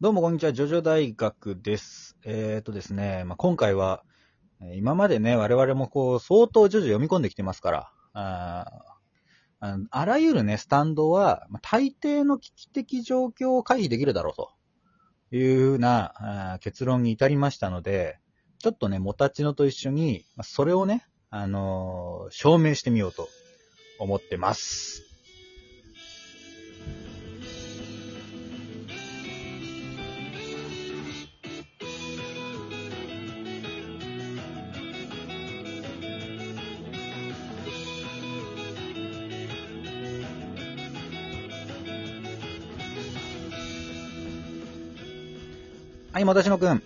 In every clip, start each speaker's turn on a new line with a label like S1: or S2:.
S1: どうもこんにちは、ジョジョ大学です。えっ、とですね、まあ、今回は、えー今までね、我々もこう、相当ジョジョ読み込んできてますから、あーあのあらゆるね、スタンドは、まあ大抵の危機的状況を回避できるだろうというふうなあー結論に至りましたので、ちょっとね、モタチノと一緒に、まあそれをね、あのー証明してみようと思ってます。はい、モタチノくん。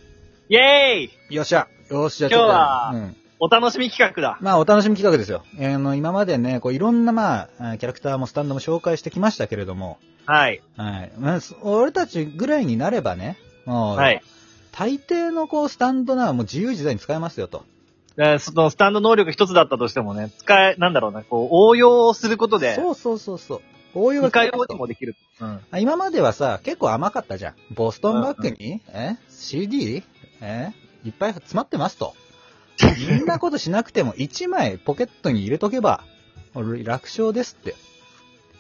S2: イェーイ
S1: よっしゃ。よっしゃ、
S2: 今日は
S1: ちょっとうん
S2: お楽しみ企画だ。
S1: まあ、お楽しみ企画ですよ。えーあの、今までね、こう、いろんな、まああー、キャラクターもスタンドも紹介してきましたけれども、
S2: はい。
S1: はい。まあ、そ俺たちぐらいになればね、もう、
S2: はい。
S1: 大抵のこう、スタンドならもう自由自在に使えますよと。
S2: でそのスタンド能力一つだったとしてもね、使え、なんだろうな、こう、応用をすることで、
S1: そうそうそうそう。応用が
S2: 使
S1: 利
S2: い
S1: く
S2: 方
S1: と
S2: にもできる。うん。
S1: あ今まではさ、結構甘かったじゃん。ボストンバッグに、え ?CD? えいっぱい詰まってます と。そんなことしなくても1枚ポケットに入れとけば、俺楽勝ですって。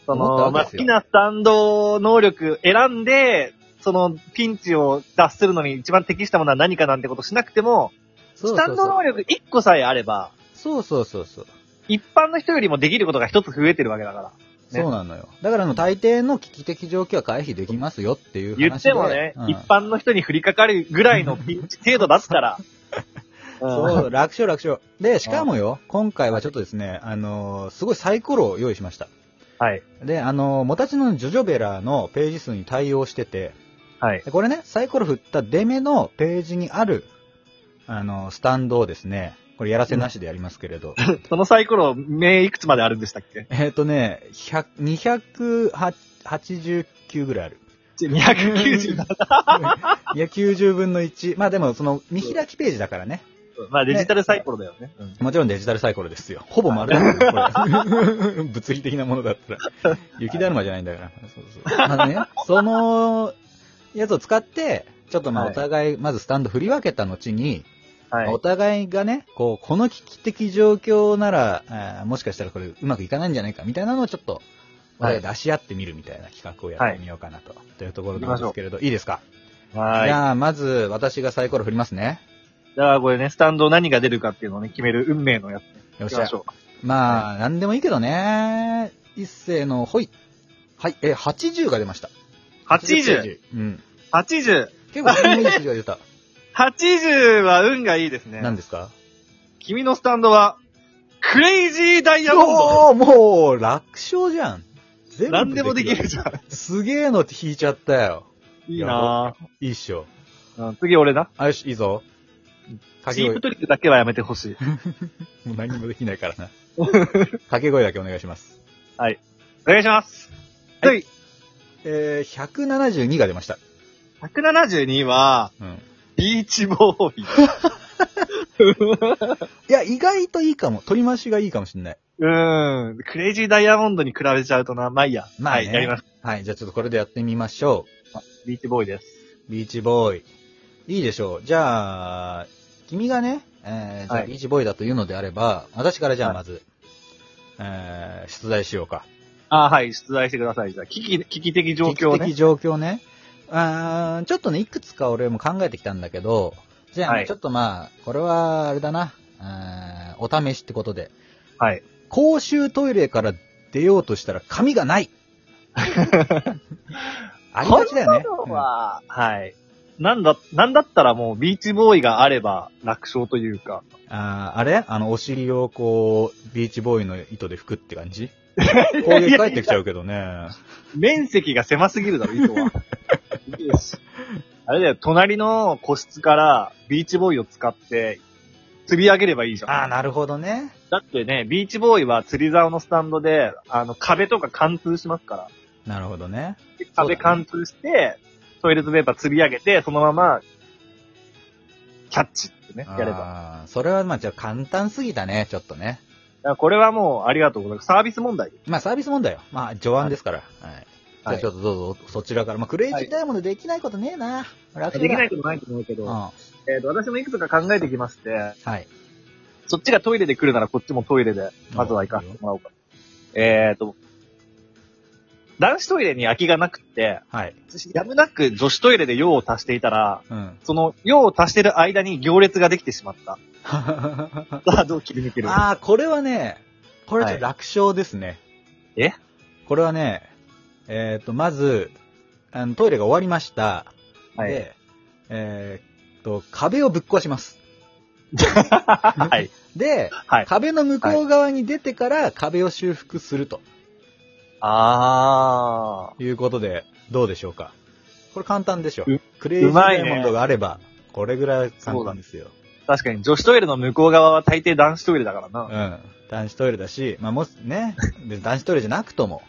S2: そ
S1: 思ったわ
S2: の、
S1: け
S2: ま
S1: で
S2: あ、好
S1: すよ
S2: きなスタンド能力選んで、その、ピンチを脱するのに一番適したものは何かなんてことしなくても、
S1: そうそうそう
S2: スタンド能力一個さえあれば、
S1: そうそうそうそう。
S2: 一般の人よりもできることが一つ増えてるわけだから。ね
S1: そうなのよ。だからあの大抵の危機的状況は回避できますよっていう話で。
S2: 言ってもね、
S1: うん
S2: 一般の人に降りかかるぐらいのピンチ程度だった ら、うん
S1: そう、楽勝楽勝。で、しかもよ、今回はちょっとですね、あのーすごいサイコロを用意しました。
S2: はい。
S1: で、あのー、もたちのジョジョベラのページ数に対応してて、
S2: はい。
S1: でこれね、サイコロ振った出目のページにある、あのースタンドをですね、これやらせなしでやりますけれ ど、
S2: そのサイコロ、目いくつまであるんでしたっ け
S1: えっとね、100 289ぐらいある。
S2: ?297。
S1: いや、90分の1。まあでも、その、見開きページだからね。
S2: まあデジタルサイコロだよね。うん
S1: もちろんデジタルサイコロですよ。ほぼ丸だからこ れ物理的なものだったら。雪だるまじゃないんだから。そうそう。まあね、その、やつを使って、ちょっとまあ
S2: はい
S1: お互い、まずスタンド振り分けた後に、
S2: はい
S1: お。互いがね、こう、この危機的状況なら、あーもしかしたらこれうまくいかないんじゃないかみたいなのをちょっと、お互い出し合ってみるみたいな企画をやってみようかなと。というところなんですけれど、いいですかじ
S2: はい。
S1: ゃあ、まず私がサイコロ振りますね。
S2: じゃあこれね、スタンド何が出るかっていうのをね、決める運命のやつ。
S1: よっ
S2: 行
S1: し
S2: き
S1: ゃ
S2: まし。ょう。
S1: まあ、なんでもいいけどね。一世の、ほい。はい、え、80が出ました。
S2: 80!80!
S1: ページうん。
S2: 80!
S1: 結構、いい数字が出 た。
S2: 80は運がいいですね。
S1: 何ですか
S2: 君のスタンドは、クレイジーダイヤモンド
S1: おー、もう、楽勝じゃん。全
S2: 何でもできる。じゃん。
S1: すげえの引いちゃったよ。
S2: いいな
S1: 一緒。
S2: ぁ。うん次俺な。
S1: あ、よし、いいぞ。掛
S2: チ
S1: け
S2: ー
S1: 声
S2: プ、トリックだけはやめてほしい。
S1: もう何もできないから な。掛け声だけお願いします。
S2: お願いします。
S1: は
S2: はい。
S1: えー、172が出ました。
S2: 172は、
S1: うん。
S2: ビーチボーイ。
S1: いや、意外といいかも。取り回しがいいかもしんない。
S2: うーん。クレイジーダイヤモンドに比べちゃうとな。まあいいや。
S1: まあね
S2: はい、やります。
S1: はい、じゃあちょっとこれでやってみましょう。
S2: ビーチボーイです。
S1: ビーチボーイ。いいでしょう。じゃあ、君がね、えー、じゃ
S2: は
S1: あ
S2: い
S1: ビーチボーイだというのであれば、私からじゃあ
S2: はい
S1: まず、えー、出題しようか。
S2: あーはい、出題してください。じゃあ、危機、危機的状況
S1: 危機的
S2: ね。
S1: 状況ね。あーちょっとね、いくつか俺も考えてきたんだけど、じゃあ、
S2: はい
S1: ちょっとまあ、これは、あれだな、あーお試しってことで。
S2: はい。
S1: 公衆トイレから出ようとしたら髪が ないありがちだよね。う
S2: こんなんのは、はい。なんだ、なんだったらもう、ビーチボーイがあれば、楽勝というか。
S1: あーあれあの、お尻をこう、ビーチボーイの糸で拭くって感 じ攻撃返ってきちゃうけどね。
S2: 面積が狭すぎるだろ、糸は。いいですあれだよ、隣の個室から、ビーチボーイを使って、釣り上げればいいじゃん。
S1: ああ、なるほどね。
S2: だってね、ビーチボーイは釣り竿のスタンドで、あの、壁とか貫通しますから。
S1: なるほどね。
S2: で壁貫通して、トイレットペーパー釣り上げて、そのまま、キャッチってね、やれば。だか
S1: あーそれはまあ、じゃあ簡単すぎたね、ちょっとね。
S2: らこれはもう、ありがとうございます。サービス問題。
S1: まあ、サービス問題よ。まあ、序盤ですから。はい。じゃあちょっとどうぞ、そちらから。まあ、クレイジーダイヤモンドできないことねえな。楽
S2: で
S1: だ
S2: きないことないと思うけ
S1: う
S2: ど、
S1: ん。は
S2: えっ、と、私もいくつか考えてきまして、
S1: い。
S2: そっちがトイレで来るならこっちもトイレで、まずは行かせてもらおうか。えっ、と、男子トイレに空きがなくって、
S1: はい。
S2: やむなく女子トイレで用を足していたら、
S1: うん。
S2: その用を足してる間に行列ができてしまった。
S1: あ
S2: さあ、 どう切り抜ける
S1: あ、これはね、これちょっと楽勝ですね。
S2: え
S1: これはね、えっ、と、まず、あの、トイレが終わりました。
S2: はい。
S1: で、えーっと、壁をぶっ壊します。
S2: はい。
S1: で、
S2: はい。
S1: 壁の向こう側に出てから壁を修復すると
S2: あ
S1: いうことで、どうでしょうかこれ簡単でしょ
S2: う。
S1: クレイジー
S2: うま
S1: ダ
S2: いね
S1: イヤモンドがあれば、これぐらい簡単ですよ。
S2: ー。確かに女子トイレの向こう側は大抵男子トイレだから
S1: う
S2: な。
S1: ん。男子トイレだし、まあ、もしね、別に男子トイレじゃなくとも、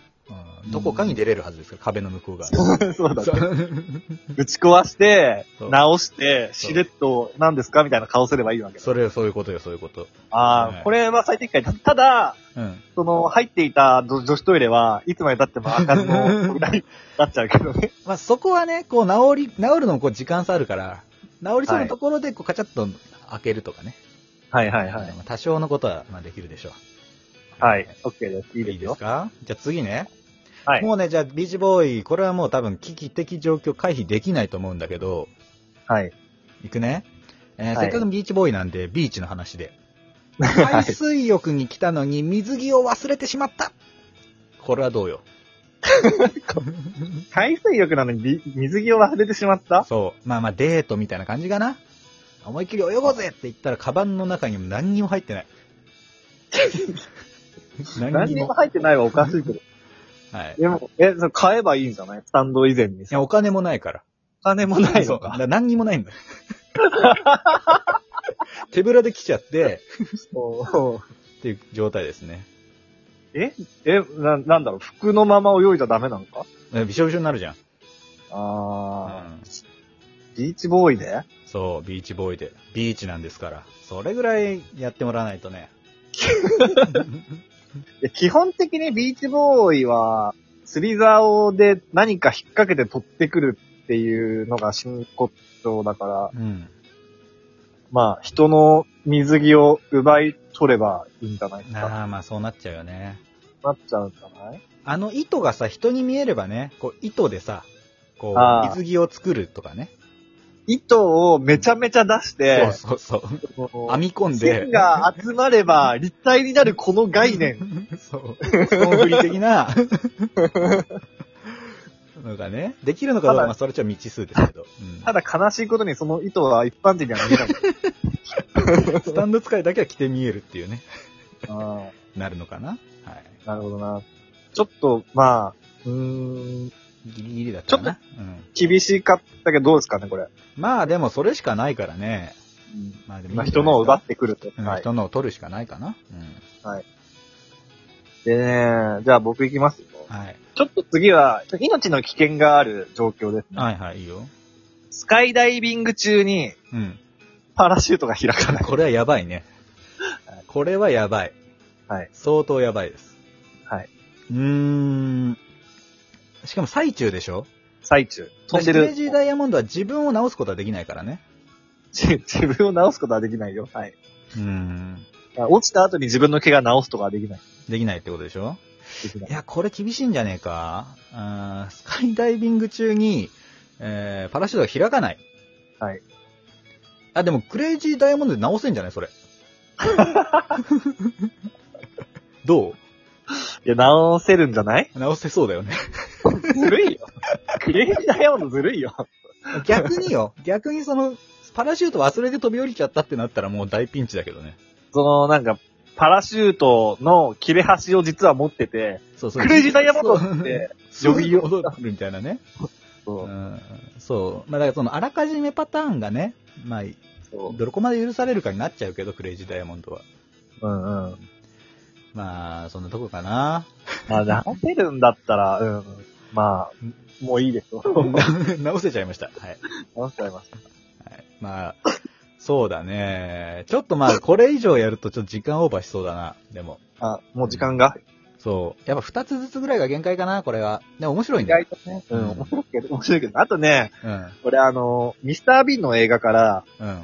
S1: うん、どこかに出れるはずですから、壁の向こう側に。
S2: そう だ
S1: そ
S2: ね。
S1: う
S2: ぶち壊して
S1: そう、
S2: 直して、
S1: そう
S2: しれっと、何ですかみたいな顔すればいいわけだ。
S1: それ、そういうことよ、そういうこと。
S2: あ
S1: はい
S2: あ、これは最適解だ。ただ、
S1: うん。
S2: その、入っていた女女子トイレはいつまで経っても開かずの扉になっちゃうけど ね。
S1: まあ、そこはね、こう、治り、治るのもこう、時間差あるから、治りそうなところで、こう、カチャッと開けるとかね。
S2: はいはいはい。
S1: まあ多少のことは、まあ、できるでしょう。
S2: はい。OK です。
S1: い
S2: いい
S1: い
S2: です
S1: です
S2: よ。
S1: かじゃあ次ね。
S2: はい
S1: もうね、じゃあ、ビーチボーイ、これはもう多分危機的状況回避できないと思うんだけど、
S2: はい。
S1: いくね。えー
S2: はい
S1: せっかくビーチボーイなんで、ビーチの話 で。海水浴に来たのに水着を忘れてしまったこれはどう よ。
S2: 海水浴なのにび水着を忘れてしまった
S1: そう。まあまあ、デートみたいな感じかな。思いっきり泳ごうぜって言ったら、カバンの中にも何にも入って ない。何
S2: 何
S1: に
S2: にも
S1: も。
S2: 入ってないはおかしいけど。
S1: はい。い
S2: でも、え、それ買えばいいんじゃないスタンド以前にさ。
S1: や、お金もないから。
S2: お金もない
S1: そう
S2: の
S1: だか
S2: か。
S1: ら何にもないん だ。手ぶらで来ちゃって、
S2: そう
S1: っていう状態ですね。
S2: ええ、な、なんだろう、服のまま泳いじゃダメなのか
S1: えびしょびしょになるじゃん。う
S2: ああ、
S1: ん、
S2: ビーチボーイで
S1: そう、ビーチボーイで。ビーチなんですから。それぐらいやってもらわないと ね。
S2: いや基本的にビーチボーイは、釣り竿で何か引っ掛けて取ってくるっていうのが真骨頂だから、
S1: うん。
S2: まあ、人の水着を奪い取ればいいんじゃないですか。
S1: なあ、まあそうなっちゃうよね。
S2: なっちゃうんじゃない
S1: あの糸がさ、人に見えればね、こう糸でさ、こ
S2: あ
S1: う、
S2: ー
S1: 水着を作るとかね。
S2: 糸をめちゃめちゃ出して、
S1: そうそうそう。
S2: その
S1: 編み込んで
S2: 線。が集まれば立体になるこの 概念。
S1: そう。ストーンフリ的な。 のがね、できるのかどう
S2: た
S1: か、
S2: だ
S1: まあそれちょっと未知数ですけど。
S2: ただ悲しいことにその糸は一般人には見え な
S1: う
S2: い。
S1: ん、スタンド使いだけは着て見えるっていうね、
S2: あ
S1: なるのかな。はい。
S2: ーなるほどな。ちょっと、まあ、うーん、
S1: ギリギリだったかな。うん。
S2: 厳しかったけどどうですかね、これ。
S1: まあでもそれしかないからね。まあでも
S2: まあ、人のを奪
S1: っ
S2: ってくると。はい。
S1: 人のを取るしかないかな。
S2: でね、じゃあ僕行きますよ。
S1: うん。はい。
S2: ちょっと次は、命の危険がある状況ですね。
S1: はいはい、いいよ。
S2: スカイダイビング中に
S1: うん。
S2: パラシュートが開かない。
S1: これはやばいね。 これはやばい。
S2: はい。
S1: 相当やばいです。
S2: はい。
S1: うーん。しかも最中でしょ
S2: 最中。飛ん
S1: ス
S2: でる
S1: テー。ジダイヤモンドは自分を直すことはできないからね。
S2: 自分を直すことはできないよ。はい。
S1: うーん。
S2: 落ちた後に自分の怪我直すとかはできない。
S1: できないってことでしょ
S2: できない
S1: いや、これ厳しいんじゃねえか。うーんスカイダイビング中に、えー、パラシュートが開かない。
S2: はい。
S1: あ、でもクレイジーダイヤモンドで直せんじゃないそ れ。 ど
S2: いや、直せるんじゃないう
S1: 直せそうだよね。
S2: ずるい よ。クレイジーダイヤモンドずるいよ。
S1: 逆によ、逆にその、パラシュート忘れて飛び降りちゃったってなったらもう大ピンチだけどね。
S2: その、なんか、パラシュートの切れ端を実は持ってて、
S1: そうそう。
S2: クレイジーダイヤモンドって、
S1: 呼び
S2: 呼び
S1: 踊るみたいなね。
S2: そうう、
S1: ん。そう。まあだからその、あらかじめパターンがね、まあ、
S2: そ
S1: どこまで許されるかになっちゃうけど、クレイジーダイヤモンドは。
S2: う。うんうん。
S1: まあ、そんなとこか な。
S2: まあ、直せるんだったら、うん。まあ、もういいですよ。
S1: 直せちゃいました。はい。
S2: 直しちゃいました。
S1: はい、まあ、そうだね。ちょっとまあ、これ以上やるとちょっと時間オーバーしそうだな。でも。
S2: あ、もう時間が
S1: そう。やっぱ二つずつぐらいが限界かな、これは。でも面白いん
S2: 意
S1: だよ。
S2: 外とね、うん、面白いけど、面白いけど。あとね、
S1: うん。
S2: 俺あの、ミスター・ビンの映画から、
S1: うん。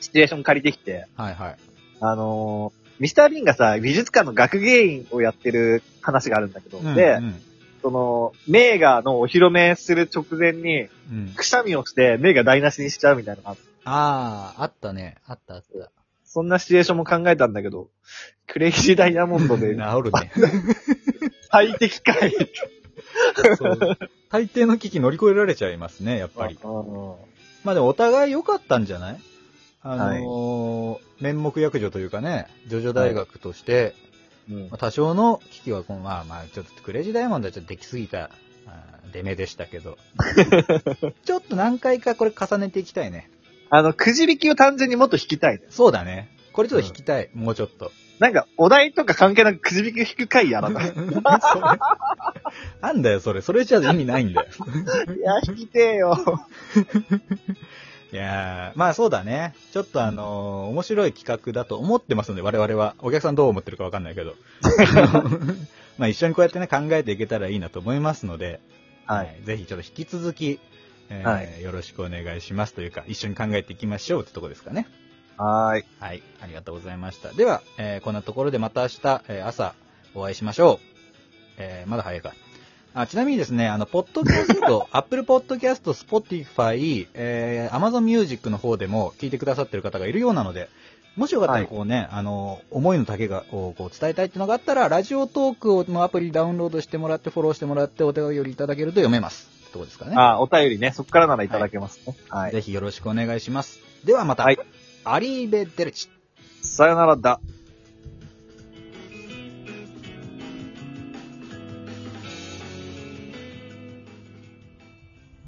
S2: シチュエーション借りてきて、
S1: はいはい。
S2: あのー、ミスター・ビンがさ、美術館の学芸員をやってる話があるんだけど、で、
S1: うん
S2: その、名画のお披露目する直前に、
S1: うん。うん。
S2: くしゃみをして、名画台無しにしちゃうみたいなのがあって
S1: ああ、あったね。あったあった。
S2: そんなシチュエーションも考えたんだけど、クレイジーダイヤモンド
S1: 治る
S2: で
S1: ね。
S2: 最適解。
S1: そう大抵の危機乗り越えられちゃいますね、やっぱり。
S2: うん
S1: まあでもお互い良かったんじゃないあのー面目役女というかね、ジョジョ大学として、
S2: うん
S1: まあ多少の危機はこう、まあまあ、ちょっとクレイジーダイヤモンドはちょっとできすぎた、あー出目でしたけ ど。ちょっと何回かこれ重ねていきたいね。
S2: あの、くじ引きを単純にもっと引きたいね。
S1: そうだね。これちょっと引きたい、もうちょっと。
S2: なんか、お題とか関係なくくじ引き引く回やらない。
S1: それなんだよ、それ。それじゃ意味ないんだ よ。
S2: いや、引きてえよ。
S1: いやーまあそうだね。ちょっとあのー面白い企画だと思ってますので、我々は。お客さんどう思ってるかわかんないけ ど。まあ一緒にこうやってね、考えていけたらいいなと思いますので、
S2: はい。
S1: えーぜひちょっと引き続き、えー
S2: はい
S1: よろしくお願いしますというか、一緒に考えていきましょうってとこですかね。
S2: はーい。
S1: はい。ありがとうございました。では、えーこんなところでまた明日、えー朝、お会いしましょう。えーまだ早いか。あ、ちなみにですね、あの、ポッドキャス ト、Apple Podcast、Spotify、えー Amazon Music の方でも聞いてくださってる方がいるようなので、もしよかった
S2: は
S1: ら
S2: い
S1: こうね、あの、思いの丈が、をこう伝えたいっていうのがあったら、ラジオトークをのアプリダウンロードしてもらって、フォローしてもらって、お手紙をいただけると読めます。ってとこですかね。
S2: あ、お便りね、そっからならいただけますね。はい。
S1: ぜひよろしくお願いします。ではまた、
S2: はい
S1: アリーベデルチ。
S2: さよならだ。